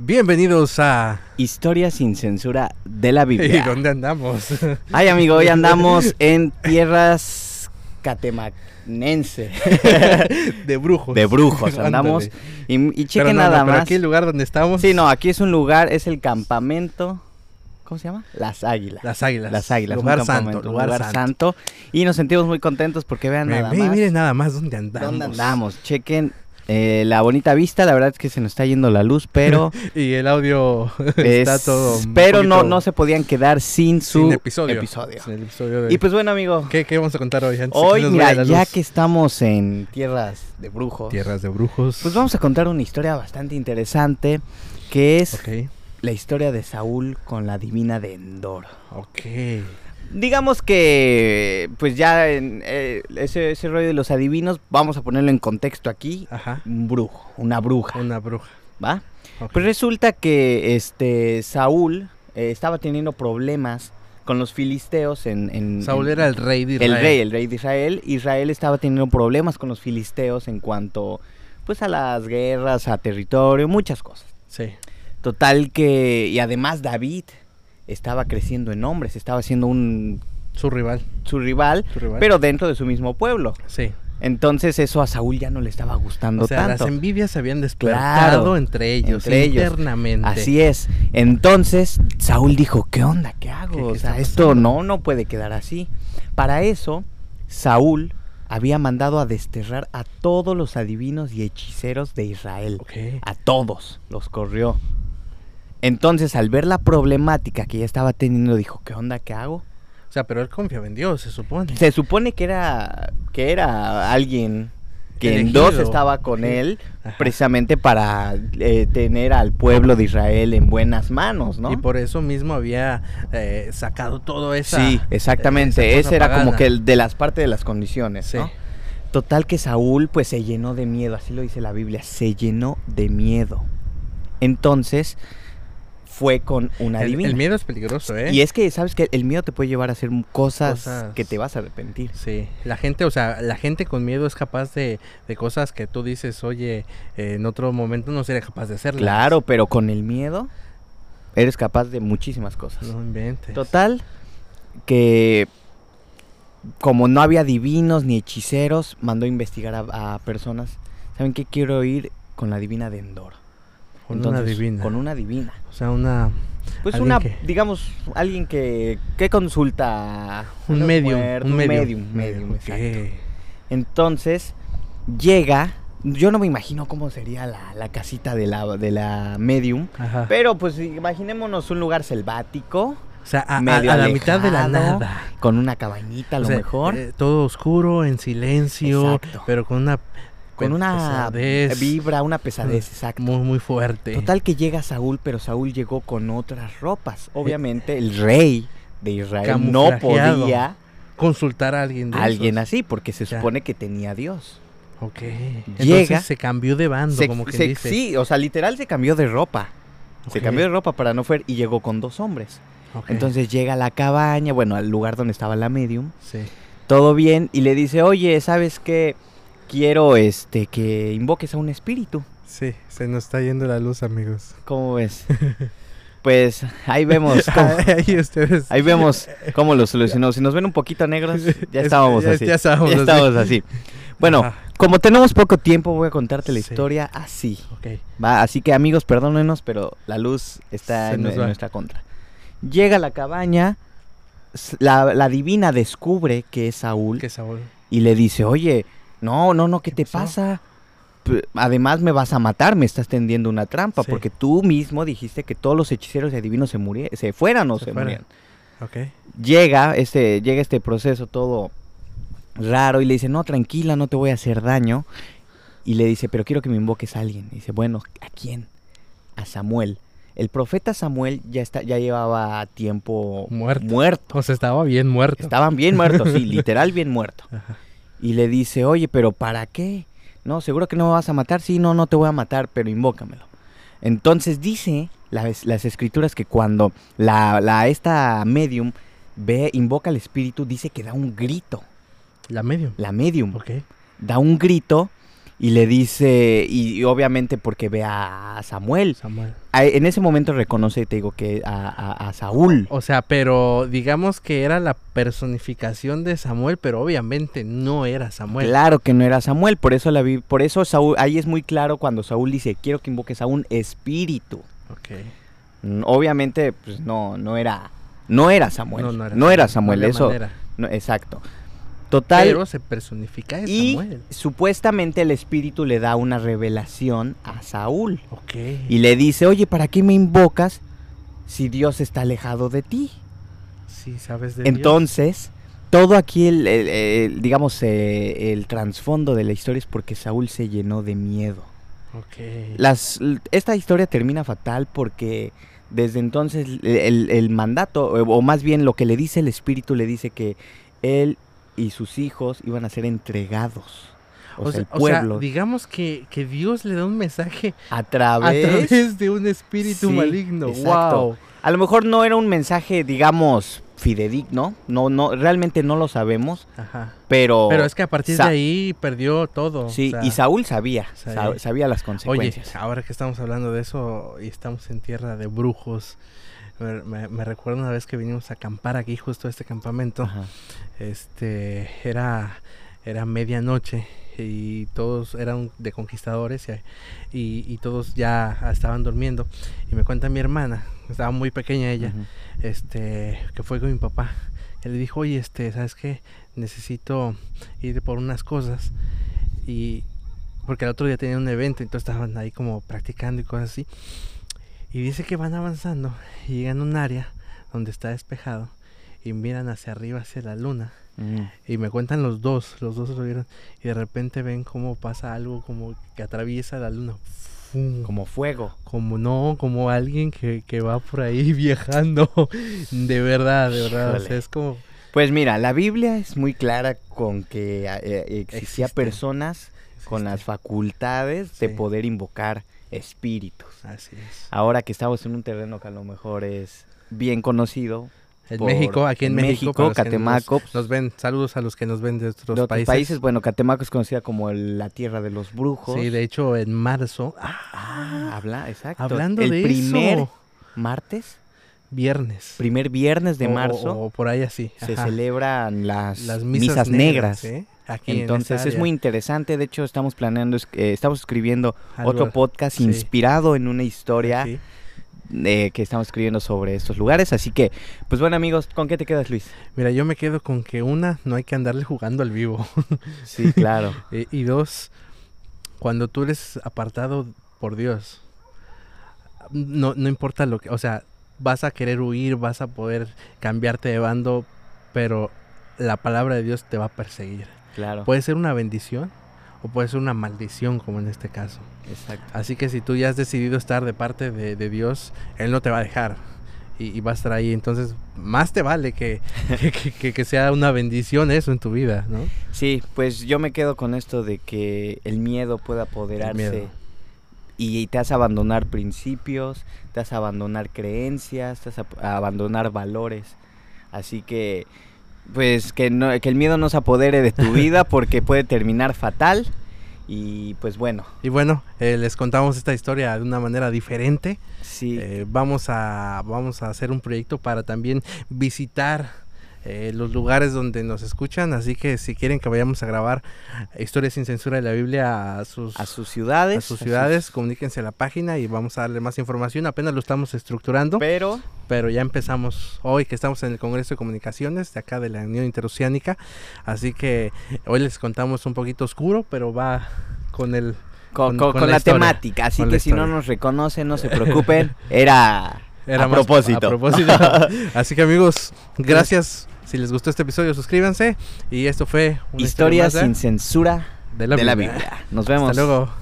Bienvenidos a... Historia sin censura de la ¿Y Biblia. dónde andamos? Ay, amigo, hoy andamos en tierras catemanense. De brujos. De brujos, andamos. Ándale. Y, y Pero chequen no, no, nada pero más. aquí el lugar donde estamos... Sí, no, aquí es un lugar, es el campamento. ¿Cómo se llama? Las Águilas. Las águilas. Las Águilas. un Lugar santo, campamento, un lugar, santo. Y nos sentimos muy contentos porque vean Miren, nada miren, más. miren nada más dónde andamos. ¿Dónde andamos? Chequen eh, la bonita vista. La verdad es que se nos está yendo la luz, pero. Y el audio está es- todo... un pero no, poquito no se podían quedar sin su sin episodio. episodio. Sin el episodio de- Y pues bueno, amigo. ¿Qué, qué vamos a contar hoy? Antes de que Hoy, nos mira, vaya la ya luz? que estamos en tierras de brujos, Tierras de brujos. pues vamos a contar una historia bastante interesante que es Ok, la historia de Saúl con la divina de Endor. ok. Digamos que, pues ya en, eh, ese, ese rollo de los adivinos, vamos a ponerlo en contexto aquí. Ajá. Un brujo, una bruja, Una bruja. ¿va? ok. Pues resulta que este Saúl eh, estaba teniendo problemas con los filisteos en... en- Saúl en- era el rey de Israel. el rey, el rey de Israel. Israel estaba teniendo problemas con los filisteos en cuanto pues a las guerras, a territorio, muchas cosas. Sí. Total que y además David estaba creciendo en hombres, estaba siendo un Su rival. su rival, Su rival. pero dentro de su mismo pueblo. Sí. Entonces eso a Saúl ya no le estaba gustando o sea, tanto. las envidias se habían despertado Claro, entre ellos, entre ellos. internamente. Así es. Entonces Saúl dijo, ¿qué onda? ¿Qué hago? ¿Qué- qué o sea, está esto pasando? no, no puede quedar así. Para eso, Saúl había mandado a desterrar a todos los adivinos y hechiceros de Israel. Ok. A todos los corrió. Entonces, al ver la problemática que ya estaba teniendo, dijo, ¿qué onda? ¿Qué hago? O sea, pero él confiaba en Dios, se supone. Se supone que era, que era alguien que en dos Elegido. estaba con Sí. él Ajá. precisamente para eh, tener al pueblo de Israel en buenas manos, ¿no? Y por eso mismo había eh, sacado todo esa... eh, sí, exactamente. esa cosa Esa era como pagana. que el de las partes de las condiciones, Sí. ¿no? Total que Saúl pues se llenó de miedo, así lo dice la Biblia, se llenó de miedo. Entonces fue con una El, divina. el miedo es peligroso, ¿eh? Y es que sabes que el miedo te puede llevar a hacer cosas, Cosas. que te vas a arrepentir. Sí, la gente, o sea, la gente con miedo es capaz de, de cosas que tú dices, oye, eh, en otro momento no sería capaz de hacerlas. Claro, pero con el miedo eres capaz de muchísimas cosas. No inventes. Total, que como no había divinos ni hechiceros, mandó a investigar a, a personas. ¿Saben qué? Quiero ir con la divina de Endor. Con una Entonces, divina. Con una divina. O sea, una... Pues Alguien una, que- digamos, alguien que, que consulta. a Un los medium. muertos, un medium. medium, medium, ok. exacto. Entonces, llega. Yo no me imagino cómo sería la, la casita de la, de la medium. Ajá. Pero pues imaginémonos un lugar selvático, O sea, a, a- medio a la mitad de la alejado, nada. con una cabañita a O lo sea, mejor, eh, todo oscuro, en silencio, Exacto. pero con una con una pesadez Mm. vibra, una pesadez, exacto. muy muy fuerte. Total que llega Saúl, pero Saúl llegó con otras ropas. Eh. Obviamente el rey de Israel no Camuflajeado. podía Consultar a alguien de a alguien esos. así porque se Ya. supone que tenía a Dios. Ok. Llega. Entonces se cambió de bando, Se- como que se- dice. sí, o sea, literal se cambió de ropa. Se Ok, cambió de ropa para no fuer y llegó con dos hombres. ok, Entonces llega a la cabaña, bueno, al lugar donde estaba la medium. sí. todo bien y le dice, oye, ¿sabes qué? Quiero este que invoques a un espíritu. Sí, se nos está yendo la luz, amigos. ¿Cómo ves? pues ahí vemos cómo, Ahí ustedes. ahí vemos cómo lo solucionó. Si nos ven un poquito negros, ya Es- estábamos ya- así. ya estábamos así. estábamos así. Bueno, Ajá. como tenemos poco tiempo, voy a contarte la Sí. historia así. Ok. Va, así que amigos, perdónenos, pero la luz está Se en, nos en va. nuestra contra. Llega a la cabaña, s- la, la divina descubre que es Saúl. Qué sabor. y le dice, oye, no, no, no, ¿qué, ¿Qué te pasó? pasa? P- Además me vas a matar, me estás tendiendo una trampa, Sí. porque tú mismo dijiste que todos los hechiceros y adivinos se, murie- se fueran o Se se, fueran. murieran. Ok. Llega este, llega este proceso todo raro y le dice, no, tranquila, no te voy a hacer daño. Y le dice, pero quiero que me invoques a alguien. Y dice, bueno, ¿a quién? A Samuel. El profeta Samuel ya, está, ya llevaba tiempo Muerto. muerto. O sea, estaba bien muerto. Estaban bien muertos, sí, literal bien muerto. Ajá. Y le dice, oye, pero ¿para qué? No, seguro que no me vas a matar. Sí, no, no te voy a matar, pero invócamelo. Entonces dice las, las escrituras que cuando la, la- esta medium ve, invoca al espíritu, dice que da un grito. La medio. La medium Ok. da un grito y le dice, y, y obviamente porque ve a Samuel. Samuel. A- en ese momento reconoce, te digo, que a, a- a Saúl. O sea, pero digamos que era la personificación de Samuel, pero obviamente no era Samuel. Claro que no era Samuel, por eso la vi, por eso Saúl, ahí es muy claro cuando Saúl dice, quiero que invoques a un espíritu. Ok. Mm, Obviamente, pues no, no era, no era Samuel. No, era, Samuel, había eso. manera. no, exacto. Total. Pero se personifica de y Samuel. supuestamente el espíritu le da una revelación a Saúl. Ok. Y le dice, oye, ¿para qué me invocas si Dios está alejado de ti? sí, sabes de Dios. Entonces, todo aquí, el, el- el- digamos, eh, el trasfondo de la historia es porque Saúl se llenó de miedo. Ok. Las, l- esta historia termina fatal porque desde entonces el, el- el mandato, o- o más bien lo que le dice el espíritu, le dice que él y sus hijos iban a ser entregados. O, sea, el o sea, pueblo digamos que, que Dios le da un mensaje a a través... través de un espíritu Sí, maligno. exacto. Wow. A lo mejor no era un mensaje, digamos, fidedigno. No, no, realmente no lo sabemos, Ajá. pero... Pero es que a partir Sa- de ahí perdió todo. o Sí, sea, y Saúl sabía, sí. sa- sabía las Oye, consecuencias. ahora que estamos hablando de eso y estamos en tierra de brujos, me- me me recuerdo una vez que vinimos a acampar aquí justo a este campamento. Ajá. este era era medianoche y todos eran de conquistadores y, y- y todos ya estaban durmiendo y me cuenta mi hermana estaba muy pequeña ella Ujú. este que fue con mi papá él le dijo oye este sabes qué necesito ir por unas cosas y porque el otro día tenían un evento entonces estaban ahí como practicando y cosas así y dice que van avanzando y llegan a un área donde está despejado y miran hacia arriba hacia la luna Mm. y me cuentan los dos, los dos lo vieron. Y de repente ven cómo pasa algo como que atraviesa la luna. ¡Fum! Como fuego. Como no, como alguien que, que va por ahí viajando. De verdad, de verdad. O sea, Híjole. es como... Pues mira, la Biblia es muy clara con que eh, existía Existen. personas con las Este, facultades de Sí. poder invocar espíritus. Así es. Ahora que estamos en un terreno que a lo mejor es bien conocido. En por- México, aquí en México. para los que Catemaco. Nos, nos ven, saludos a los que nos ven de otros, de otros países. países. bueno, Catemaco es conocida como el- la tierra de los brujos. Sí, de hecho, en marzo... ah, Ah, habla, exacto. hablando el de primer eso. martes, Viernes. primer viernes de o- marzo, O, por ahí así. se Oh, ajá. celebran las, Las misas, negras. ¿eh? Aquí en esa Entonces es área. muy interesante. De hecho, estamos planeando, es- eh, estamos escribiendo Algo Ah, otro podcast sí. inspirado en una historia así. eh, que estamos escribiendo sobre estos lugares. Así que, pues bueno, amigos, ¿con qué te quedas, Luis? Mira, yo me quedo con que una, no hay que andarle jugando al vivo. Sí, claro. Eh, y dos, cuando tú eres apartado por Dios, no, no importa lo que, o sea, vas a querer huir, vas a poder cambiarte de bando, pero la palabra de Dios te va a perseguir. claro. Puede ser una bendición o puede ser una maldición, como en este caso. Exacto. Así que si tú ya has decidido estar de parte de, de Dios, Él no te va a dejar y, y va a estar ahí. Entonces, más te vale que, que- que- que- que sea una bendición eso en tu vida, ¿no? Sí, pues yo me quedo con esto de que el miedo puede El apoderarse. miedo. Y, y te hace abandonar principios, te hace abandonar creencias, te hace ap- abandonar valores. Así que, pues que, no, que el miedo no se apodere de tu vida porque puede terminar fatal. Y pues bueno, Y bueno, eh, les contamos esta historia de una manera diferente. sí, Eh, vamos, a, vamos a hacer un proyecto para también visitar eh, los lugares donde nos escuchan. Así que si quieren que vayamos a grabar Historias sin censura de la Biblia a sus, a sus ciudades. a sus ciudades, comuníquense a la página y vamos a darle más información. Apenas lo estamos estructurando, Pero, pero ya empezamos hoy que estamos en el Congreso de Comunicaciones de acá de la Unión Interoceánica. Así que hoy les contamos un poquito oscuro, pero va con el... Con- con, con- con con la la, historia, temática. Así con la que si no historia. nos reconocen, no se preocupen. Era... A más- propósito. a propósito. Así que amigos, gracias. Si les gustó este episodio, suscríbanse. Y esto fue... una historia Historias más de- sin censura de de la Biblia. Biblia. Nos vemos. Hasta luego.